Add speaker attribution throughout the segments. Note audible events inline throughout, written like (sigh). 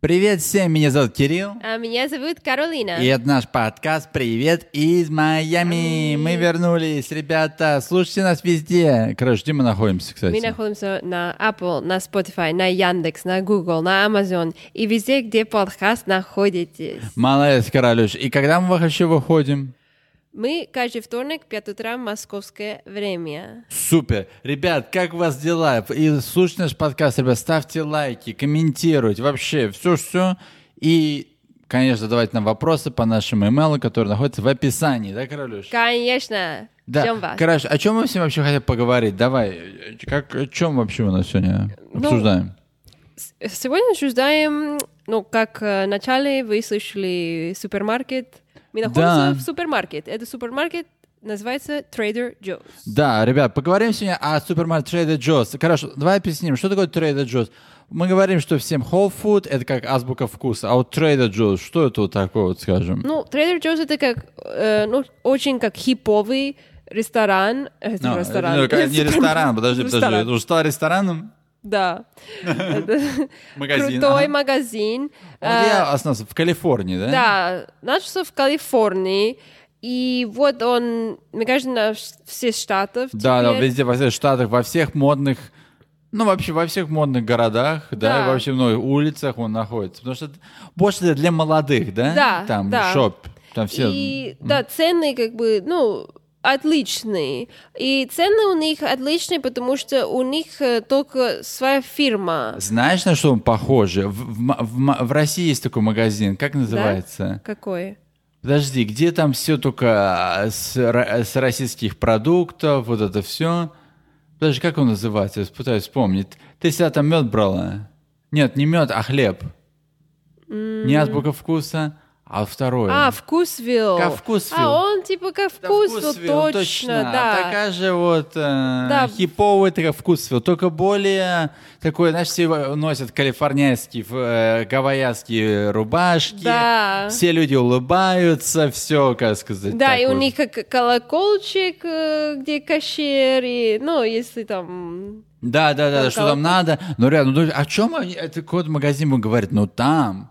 Speaker 1: Привет всем, меня зовут Кирилл.
Speaker 2: А меня зовут Каролина.
Speaker 1: И это наш подкаст «Привет из Майами». Мы вернулись, ребята. Слушайте нас везде. Короче, где мы находимся, кстати?
Speaker 2: Мы находимся на Apple, на Spotify, на Яндекс, на Google, на Amazon и везде, где подкаст находитесь.
Speaker 1: Молодец, Королюш. И когда мы вообще выходим?
Speaker 2: Мы каждый вторник, 5 утра, московское время.
Speaker 1: Супер. Ребят, как у вас дела? И слушайте наш подкаст, ребят. Ставьте лайки, комментируйте. Вообще, все-все. И, конечно, задавайте нам вопросы по нашему имейлу, который находится в описании. Да, Королюш?
Speaker 2: Конечно.
Speaker 1: Да.
Speaker 2: Ждем вас.
Speaker 1: Короче, о чем мы всем вообще хотим поговорить? Давай, как, о чем вообще у нас сегодня
Speaker 2: Ну,
Speaker 1: обсуждаем?
Speaker 2: С- Сегодня обсуждаем, ну, как э, начале вы слышали супермаркет. Мы находимся
Speaker 1: Да.
Speaker 2: в супермаркет. Это супермаркет называется Trader Joe's.
Speaker 1: Да, ребят, поговорим сегодня о супермаркете Trader Joe's. Короче, давай объясним, что такое Trader Joe's. Мы говорим, что всем Whole Food — это как азбука вкуса, а вот Trader Joe's, что это вот такое вот, скажем?
Speaker 2: Ну, Trader Joe's это как, э, ну, очень как хиповый ресторан. Э,
Speaker 1: Ну,
Speaker 2: ресторан.
Speaker 1: ну, как- не
Speaker 2: Супермаркет.
Speaker 1: ресторан, подожди, подожди. Ну,
Speaker 2: Ресторан.
Speaker 1: Это уже стало рестораном?
Speaker 2: Да. Это
Speaker 1: Магазин.
Speaker 2: Крутой
Speaker 1: ага.
Speaker 2: магазин.
Speaker 1: Он
Speaker 2: Э,
Speaker 1: где основался? В Калифорнии, да?
Speaker 2: Да, начался в Калифорнии. И вот он, мне кажется, на вс- все штатов.
Speaker 1: Да, да,
Speaker 2: теперь.
Speaker 1: везде, во всех штатах, во всех модных, ну, вообще во всех модных городах, да,
Speaker 2: Да.
Speaker 1: и во всех многих улицах он находится. Потому что это больше это для молодых, да?
Speaker 2: Да,
Speaker 1: Там
Speaker 2: да.
Speaker 1: шоп, там все.
Speaker 2: И да, цены как бы, ну, отличные. И цены у них отличные, потому что у них э, только своя фирма.
Speaker 1: Знаешь, на что он похоже? В, в ма- в ма- в России есть такой магазин, как называется?
Speaker 2: Какой?
Speaker 1: Подожди, где там все только а, с, ро- с российских продуктов, вот это все? Подожди, как он называется? Я пытаюсь вспомнить. Ты всегда там мед брала? Нет, не мед, а хлеб. Не азбука вкуса, а второе.
Speaker 2: А, вкусвилл.
Speaker 1: Как «Вкусвилл».
Speaker 2: А он типа как
Speaker 1: Да,
Speaker 2: вкусвилл,
Speaker 1: «Вкусвилл», А
Speaker 2: точно, да.
Speaker 1: Такая же вот э, хиповая такая вкусвилл, только более такой, знаешь, все его носят калифорнийские, э, гавайянские рубашки.
Speaker 2: Да.
Speaker 1: Все люди улыбаются, все, как сказать.
Speaker 2: Да,
Speaker 1: так
Speaker 2: и у
Speaker 1: вот.
Speaker 2: них как колокольчик, э, где кашер, и, ну, если там...
Speaker 1: Да, да, да,
Speaker 2: Только
Speaker 1: что там
Speaker 2: вот-
Speaker 1: надо. Ну, реально, ну, о чем они, это код магазин ему говорит? Ну, там,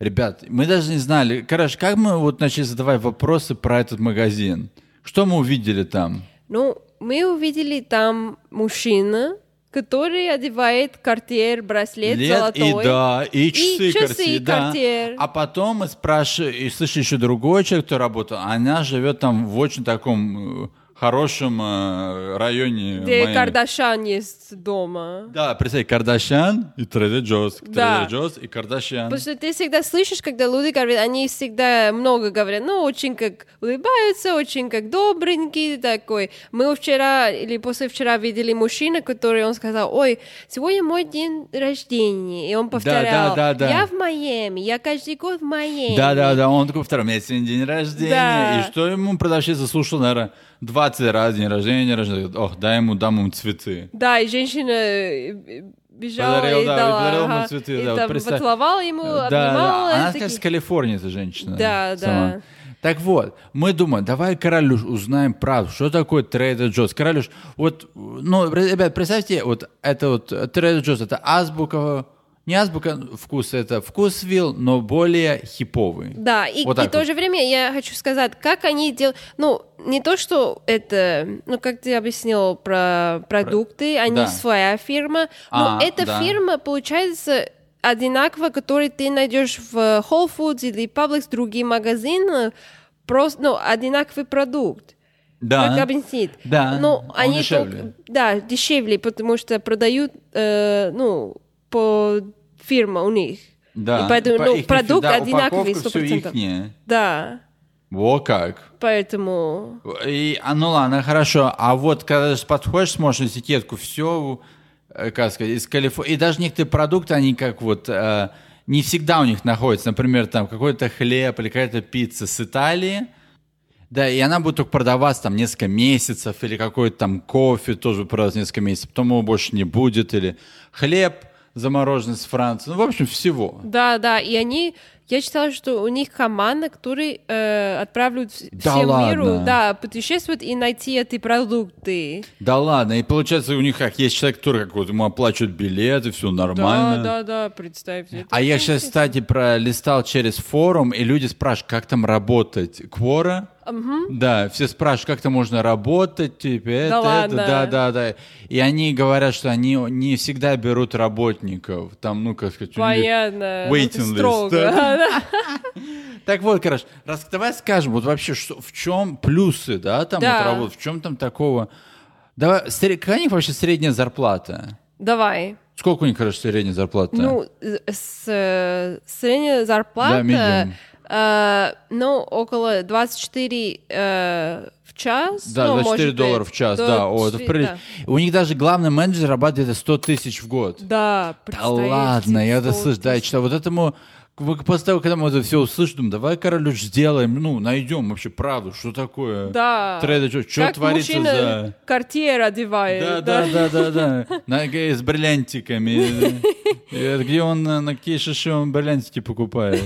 Speaker 1: ребят, мы даже не знали. Короче, как мы вот начали задавать вопросы про этот магазин? Что мы увидели там?
Speaker 2: Ну, мы увидели там мужчина, который одевает картер, браслет
Speaker 1: Лет
Speaker 2: золотой.
Speaker 1: и да, и часы,
Speaker 2: часы
Speaker 1: Cartier, да.
Speaker 2: Cartier.
Speaker 1: А потом мы спрашиваем, и слышали еще другой человек, кто работал, она живет там в очень таком э, хорошем э, районе
Speaker 2: Где
Speaker 1: Майами.
Speaker 2: Кардашан есть дома.
Speaker 1: Да, представь, Кардашьян и Трейдер Джоз,
Speaker 2: Да.
Speaker 1: Трейдер Джоз и Кардашьян.
Speaker 2: Потому что ты всегда слышишь, когда люди говорят, они всегда много говорят, ну, очень как улыбаются, очень как добренький такой. Мы вчера или послевчера видели мужчину, который, он сказал, ой, сегодня мой день рождения. И он повторял,
Speaker 1: да, да.
Speaker 2: я в Майами, я каждый год в Майами.
Speaker 1: Да, да, да, он такой второй, у меня сегодня день рождения.
Speaker 2: Да.
Speaker 1: И что ему продавщица слушала, наверное, 20 раз день рождения, день рождения. Говорит, Ох, дай ему, дам ему цветы.
Speaker 2: Да, и женщина э, э, бежала
Speaker 1: Подарил,
Speaker 2: и
Speaker 1: да,
Speaker 2: дала,
Speaker 1: подарил ему
Speaker 2: ага,
Speaker 1: цветы,
Speaker 2: и
Speaker 1: да, вот
Speaker 2: там
Speaker 1: представь.
Speaker 2: поцеловала ему,
Speaker 1: Да,
Speaker 2: обнимала.
Speaker 1: да. Она,
Speaker 2: и
Speaker 1: конечно, из
Speaker 2: такие,
Speaker 1: Калифорнии, эта женщина.
Speaker 2: Да,
Speaker 1: сама.
Speaker 2: да.
Speaker 1: Так вот, мы думаем, давай, Королюш, узнаем правду, что такое Трейдер Джоз. Королюш, вот, ну, ребят, представьте, вот это вот э, Трейдер Джоз, это азбука, не азбука вкуса, это вкус вилл, но более хиповый.
Speaker 2: Да, и,
Speaker 1: Вот
Speaker 2: и
Speaker 1: так
Speaker 2: в то
Speaker 1: вот.
Speaker 2: же время я хочу сказать, как они делают... Ну, не то, что это... Ну, как ты объяснил про продукты, они
Speaker 1: да.
Speaker 2: своя фирма,
Speaker 1: А,
Speaker 2: но эта
Speaker 1: да.
Speaker 2: фирма, получается, одинаково, который ты найдешь в Whole Foods или Publix, другие магазины, просто, ну, одинаковый продукт.
Speaker 1: Да.
Speaker 2: Как объяснить?
Speaker 1: Да,
Speaker 2: Но
Speaker 1: он
Speaker 2: они
Speaker 1: дешевле.
Speaker 2: только- да, дешевле, потому что продают, э, ну, по фирма у них.
Speaker 1: Да.
Speaker 2: И поэтому,
Speaker 1: по
Speaker 2: ну,
Speaker 1: ихней
Speaker 2: продукт
Speaker 1: фи- да,
Speaker 2: одинаковый,
Speaker 1: упаковка
Speaker 2: сто
Speaker 1: всё
Speaker 2: процентов.
Speaker 1: ихняя.
Speaker 2: Да,
Speaker 1: Во как.
Speaker 2: поэтому...
Speaker 1: И, а, ну ладно, хорошо. А вот когда же подходишь, смотришь этикетку, все, как сказать, из Калифорнии. И даже некоторые продукты, они как вот э, не всегда у них находятся. Например, там какой-то хлеб или какая-то пицца с Италии. Да, и она будет только продаваться там несколько месяцев, или какой-то там кофе тоже будет продаваться несколько месяцев, потом его больше не будет, или хлеб замороженный с Франции. Ну, в общем, всего.
Speaker 2: Да, да, и они, я читала, что у них команда, которые э, отправляют в-
Speaker 1: Да
Speaker 2: всем
Speaker 1: ладно?
Speaker 2: миру, да, путешествовать и найти эти продукты.
Speaker 1: Да ладно, и получается у них как, есть человек, который как вот ему оплачивают билеты, все нормально.
Speaker 2: Да, да, да, представьте.
Speaker 1: А я сейчас, кстати, пролистал через форум, и люди спрашивают, как там работать. Квора? Да, все спрашивают, как там можно работать, типа это, это,
Speaker 2: ладно.
Speaker 1: да, да, да. И они говорят, что они не всегда берут работников. Там, ну, как сказать, у них-
Speaker 2: Понятно. ну,
Speaker 1: waiting
Speaker 2: это
Speaker 1: list,
Speaker 2: строго.
Speaker 1: да?
Speaker 2: (laughs) Да.
Speaker 1: Так вот, короче, раз, давай скажем, вот вообще, что, в чем плюсы, да, там
Speaker 2: Да.
Speaker 1: вот работы, в чем там такого? Давай, сре- какая у них вообще средняя зарплата?
Speaker 2: Давай.
Speaker 1: Сколько у них, короче, средняя зарплата?
Speaker 2: Ну, з- с, э, средняя зарплата,
Speaker 1: Да, medium.
Speaker 2: э, ну, около 24 э, в час.
Speaker 1: Да,
Speaker 2: ну,
Speaker 1: 24
Speaker 2: может быть,
Speaker 1: доллара в час,
Speaker 2: до
Speaker 1: да, о, это
Speaker 2: четыре-
Speaker 1: прелесть. У них даже главный менеджер зарабатывает 100 тысяч в год.
Speaker 2: Да,
Speaker 1: Да ладно, я это слышу,
Speaker 2: слышал.
Speaker 1: да, я читал. Вот этому, вы после того, когда мы это все услышим, думаю, давай, королюш, сделаем, ну, найдем вообще правду, что такое.
Speaker 2: Да.
Speaker 1: Трейдер, что
Speaker 2: Как
Speaker 1: творится
Speaker 2: мужчина э,
Speaker 1: за...
Speaker 2: Картьер одевает.
Speaker 1: Да, да, да, да, да. На- э, С
Speaker 2: (laughs)
Speaker 1: бриллиантиками. Э, Где он, э, на какие шиши он бриллиантики
Speaker 2: (laughs)
Speaker 1: покупает.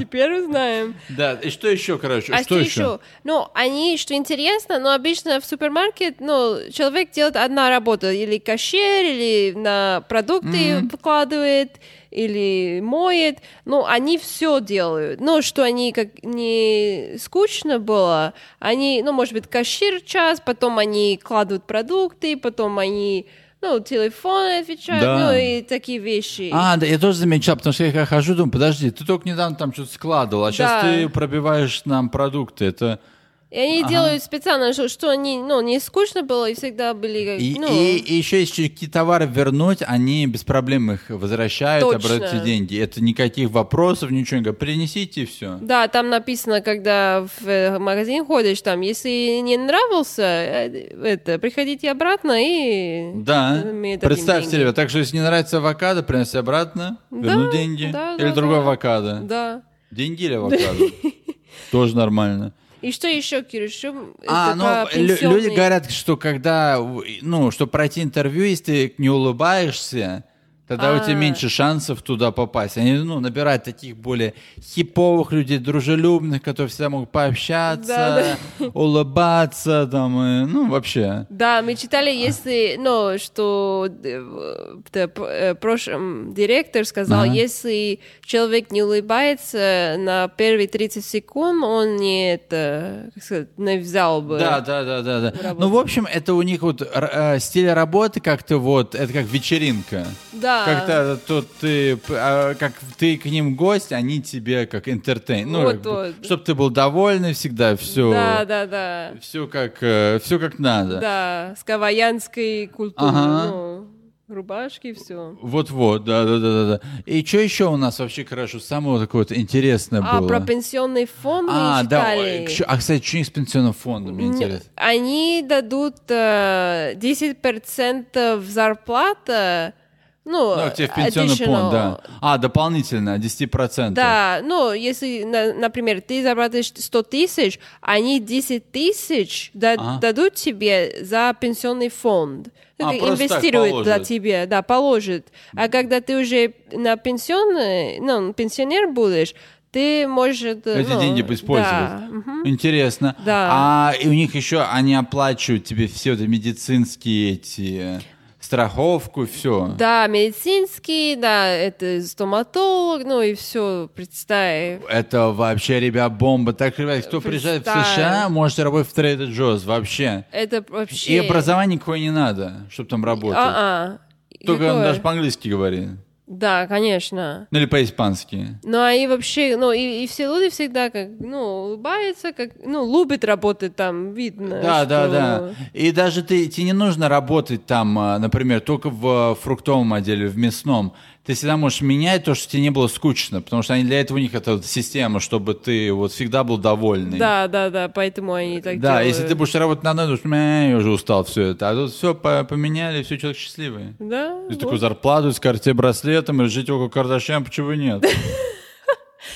Speaker 2: Теперь узнаем.
Speaker 1: Да, и что еще, короче,
Speaker 2: А
Speaker 1: что еще?
Speaker 2: Ну, они, что интересно, но обычно в супермаркет, ну, человек делает одна работа, или кашер, или на продукты выкладывает, или моет, ну, они все делают, ну, что они как не скучно было, они, ну, может быть, кашир час, потом они кладут продукты, потом они, ну, телефон отвечают,
Speaker 1: Да.
Speaker 2: ну, и такие вещи.
Speaker 1: А, да, я тоже замечал, потому что я когда хожу, думаю, подожди, ты только недавно там что-то складывал, а сейчас
Speaker 2: Да.
Speaker 1: ты пробиваешь нам продукты. Это
Speaker 2: И они
Speaker 1: Ага.
Speaker 2: делают специально, что, что они, ну, не скучно было, и всегда были как,
Speaker 1: и,
Speaker 2: ну...
Speaker 1: и- и еще если какие товары вернуть, они без проблем их возвращают,
Speaker 2: Точно.
Speaker 1: обратят эти деньги. Это никаких вопросов, ничего. Они говорят, Принесите и все.
Speaker 2: Да, там написано, когда в э, магазин ходишь, там, если не нравился, э, это, приходите обратно и...
Speaker 1: Да.
Speaker 2: мы дадим
Speaker 1: Представь
Speaker 2: деньги.
Speaker 1: себе, так что если не нравится авокадо, приноси обратно,
Speaker 2: Да,
Speaker 1: верну деньги.
Speaker 2: да,
Speaker 1: или
Speaker 2: да,
Speaker 1: другой
Speaker 2: да.
Speaker 1: авокадо.
Speaker 2: Да.
Speaker 1: Деньги или
Speaker 2: (laughs)
Speaker 1: авокадо? Тоже нормально.
Speaker 2: И что еще, Кирилл, что
Speaker 1: А,
Speaker 2: это
Speaker 1: ну,
Speaker 2: про
Speaker 1: лю- люди
Speaker 2: пенсионные-
Speaker 1: говорят, что когда, ну, чтобы пройти интервью, если ты не улыбаешься, тогда у тебя
Speaker 2: А.
Speaker 1: меньше шансов туда попасть. Они, ну, набирают таких более хиповых людей, дружелюбных, которые всегда могут пообщаться, улыбаться, там, и, ну, вообще.
Speaker 2: Да, мы читали, если, ну, что э, в да, п- э, прошлом директор сказал,
Speaker 1: Ага.
Speaker 2: если человек не улыбается на первые 30 секунд, он не это, как сказать, не взял бы.
Speaker 1: Да, да, да, да, да.
Speaker 2: работу.
Speaker 1: Ну, в общем, это у них вот р- э, стиль работы как-то вот, это как вечеринка.
Speaker 2: Да.
Speaker 1: Как-то тут ты, п- а, как ты к ним гость, они тебе как интертейн. Ну,
Speaker 2: Вот,
Speaker 1: как бы,
Speaker 2: вот.
Speaker 1: чтоб ты был довольный всегда, все,
Speaker 2: Да, да, да.
Speaker 1: все как, все как надо.
Speaker 2: Да, с гавайянской культурой,
Speaker 1: Ага.
Speaker 2: ну, рубашки и все.
Speaker 1: Вот-вот, да, да, да, да, да. И что еще у нас вообще хорошо самого такое вот интересное
Speaker 2: А
Speaker 1: было?
Speaker 2: про пенсионный фонд
Speaker 1: а,
Speaker 2: мы
Speaker 1: да,
Speaker 2: читали. э,
Speaker 1: ой, к чё- а, кстати, что у них с пенсионным фондом, мне
Speaker 2: Н-
Speaker 1: интересно.
Speaker 2: Они дадут э, 10% зарплаты, ну,
Speaker 1: Ну, тебе в пенсионный
Speaker 2: additional.
Speaker 1: фонд, да. А, дополнительно, 10%.
Speaker 2: Да, ну, если, на- например, ты зарабатываешь 100 тысяч, они 10 тысяч да-
Speaker 1: Ага.
Speaker 2: дадут тебе за пенсионный фонд.
Speaker 1: А,
Speaker 2: Как
Speaker 1: просто так
Speaker 2: инвестируют за
Speaker 1: положат.
Speaker 2: тебе, да, положит. А когда ты уже на пенсионный, ну, пенсионер будешь, ты можешь... это,
Speaker 1: Эти
Speaker 2: ну,
Speaker 1: деньги бы использовать.
Speaker 2: да, мгм.
Speaker 1: Интересно.
Speaker 2: Да.
Speaker 1: А и у них еще они оплачивают тебе все это медицинские эти э, страховку, все.
Speaker 2: Да, медицинский, да, это стоматолог, ну и все, представь.
Speaker 1: Это вообще, ребят, бомба. Так, ребят, кто приезжает в
Speaker 2: Представь.
Speaker 1: США, можете работать в Trader Joe's вообще.
Speaker 2: Это
Speaker 1: И
Speaker 2: вообще... А,
Speaker 1: образование никакое не надо, чтобы там работать.
Speaker 2: А-а.
Speaker 1: Только он
Speaker 2: Какое?
Speaker 1: даже по-английски говорит.
Speaker 2: Да, конечно.
Speaker 1: Ну или по-испански.
Speaker 2: Ну, они вообще, ну, и, и все люди всегда как, ну, улыбаются, как, ну, любят работать там, видно.
Speaker 1: Да, да,
Speaker 2: что-
Speaker 1: да. И даже ты, тебе не нужно работать там, а, например, только в э, фруктовом отделе, в мясном. Ты всегда можешь менять то, что тебе не было скучно, потому что они для этого у них это вот система, чтобы ты вот всегда был довольный.
Speaker 2: ну, Да, да, да, поэтому они так
Speaker 1: Да,
Speaker 2: делают.
Speaker 1: если ты будешь работать на одной, то я уже устал все это. А тут все поменяли, все, человек счастливый.
Speaker 2: Да,
Speaker 1: Ты
Speaker 2: Ну вот. (laughs)
Speaker 1: такую зарплату с карте браслетом и жить около Кардашьян, почему нет?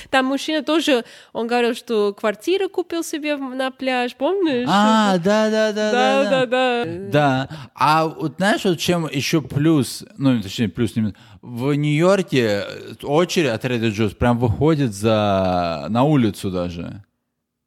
Speaker 2: Там мужчина тоже, он говорил, что квартиру купил себе в- на пляж, помнишь?
Speaker 1: А, да, да, да, да, да.
Speaker 2: да, да.
Speaker 1: Да. А вот знаешь, вот чем еще плюс, ну, точнее, плюс не минус, в Нью-Йорке э, очередь от Trader Joe's прям выходит за на улицу даже.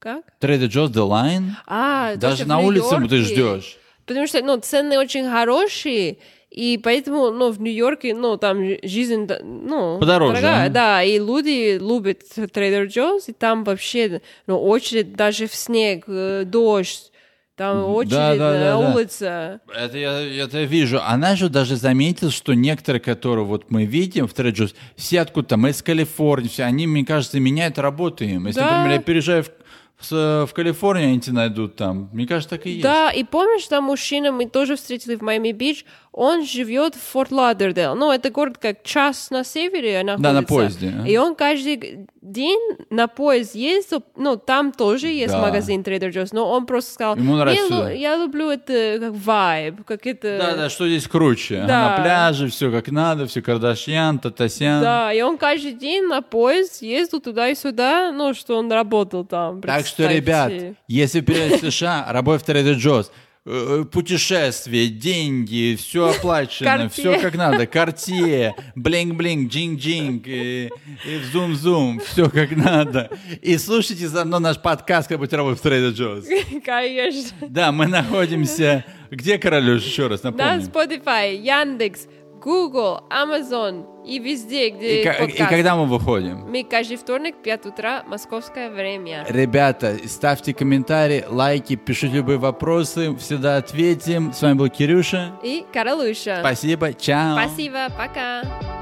Speaker 2: Как?
Speaker 1: Trader Joe's The Line.
Speaker 2: А,
Speaker 1: Даже
Speaker 2: точно, в
Speaker 1: на улице
Speaker 2: Нью-Йорке.
Speaker 1: ты ждешь.
Speaker 2: Потому что, ну, цены очень хорошие, и поэтому, ну, в Нью-Йорке, ну, там жи- жизнь, да, ну,
Speaker 1: Подороже, а?
Speaker 2: дорогая, да, и люди любят Trader Joe's, и там вообще, ну, очередь даже в снег, э, дождь, там очередь э,
Speaker 1: да, да,
Speaker 2: на
Speaker 1: да.
Speaker 2: улице.
Speaker 1: Это я это я вижу. Она же даже заметила, что некоторые, которые вот мы видим в Trader Joe's, все откуда там, из Калифорнии, все, они, мне кажется, меняют работу им. Если,
Speaker 2: Да.
Speaker 1: например, я переезжаю в, с- в Калифорнию, они тебя найдут там. Мне кажется, так и есть.
Speaker 2: Да, и помнишь, там мужчина мы тоже встретили в Майами-Бич, он живет в Форт Ладердейл, ну, это город как час на севере находится.
Speaker 1: на поезде, а.
Speaker 2: И он каждый г- день на поезд ездил, ну, там тоже есть
Speaker 1: Да.
Speaker 2: магазин Trader Joe's, но он просто сказал,
Speaker 1: Ему нравится
Speaker 2: я, лю-
Speaker 1: сюда».
Speaker 2: я люблю это как вайб, как это...
Speaker 1: Да, да, что здесь круче. Ага,
Speaker 2: Э, Да.
Speaker 1: На пляже все как надо, все Кардашьян, Татасян.
Speaker 2: Да, и он каждый день на поезд ездил туда и сюда, ну, что он работал там.
Speaker 1: Так что,
Speaker 2: представьте. (laughs)
Speaker 1: ребят, если приезжать в (laughs) США, работать в Trader Joe's, э, путешествия, деньги, все оплачено,
Speaker 2: Cartier.
Speaker 1: все как надо, карте, блинг-блинг, джинг-джинг, и, и зум-зум, все как надо. И слушайте заодно наш подкаст, как быть работать в Trader Joe's.
Speaker 2: Конечно.
Speaker 1: Да, мы находимся... Где, Королюш, еще раз
Speaker 2: На
Speaker 1: напомним?
Speaker 2: Spotify, Яндекс, Google, Amazon и везде, где
Speaker 1: И ка- и
Speaker 2: подкаст.
Speaker 1: когда мы выходим?
Speaker 2: Мы каждый вторник, 5 утра, московское время.
Speaker 1: Э, Ребята, ставьте комментарии, лайки, пишите любые вопросы, всегда ответим. С вами был Кирюша.
Speaker 2: И Каролуша.
Speaker 1: Спасибо, чао.
Speaker 2: Спасибо, пока.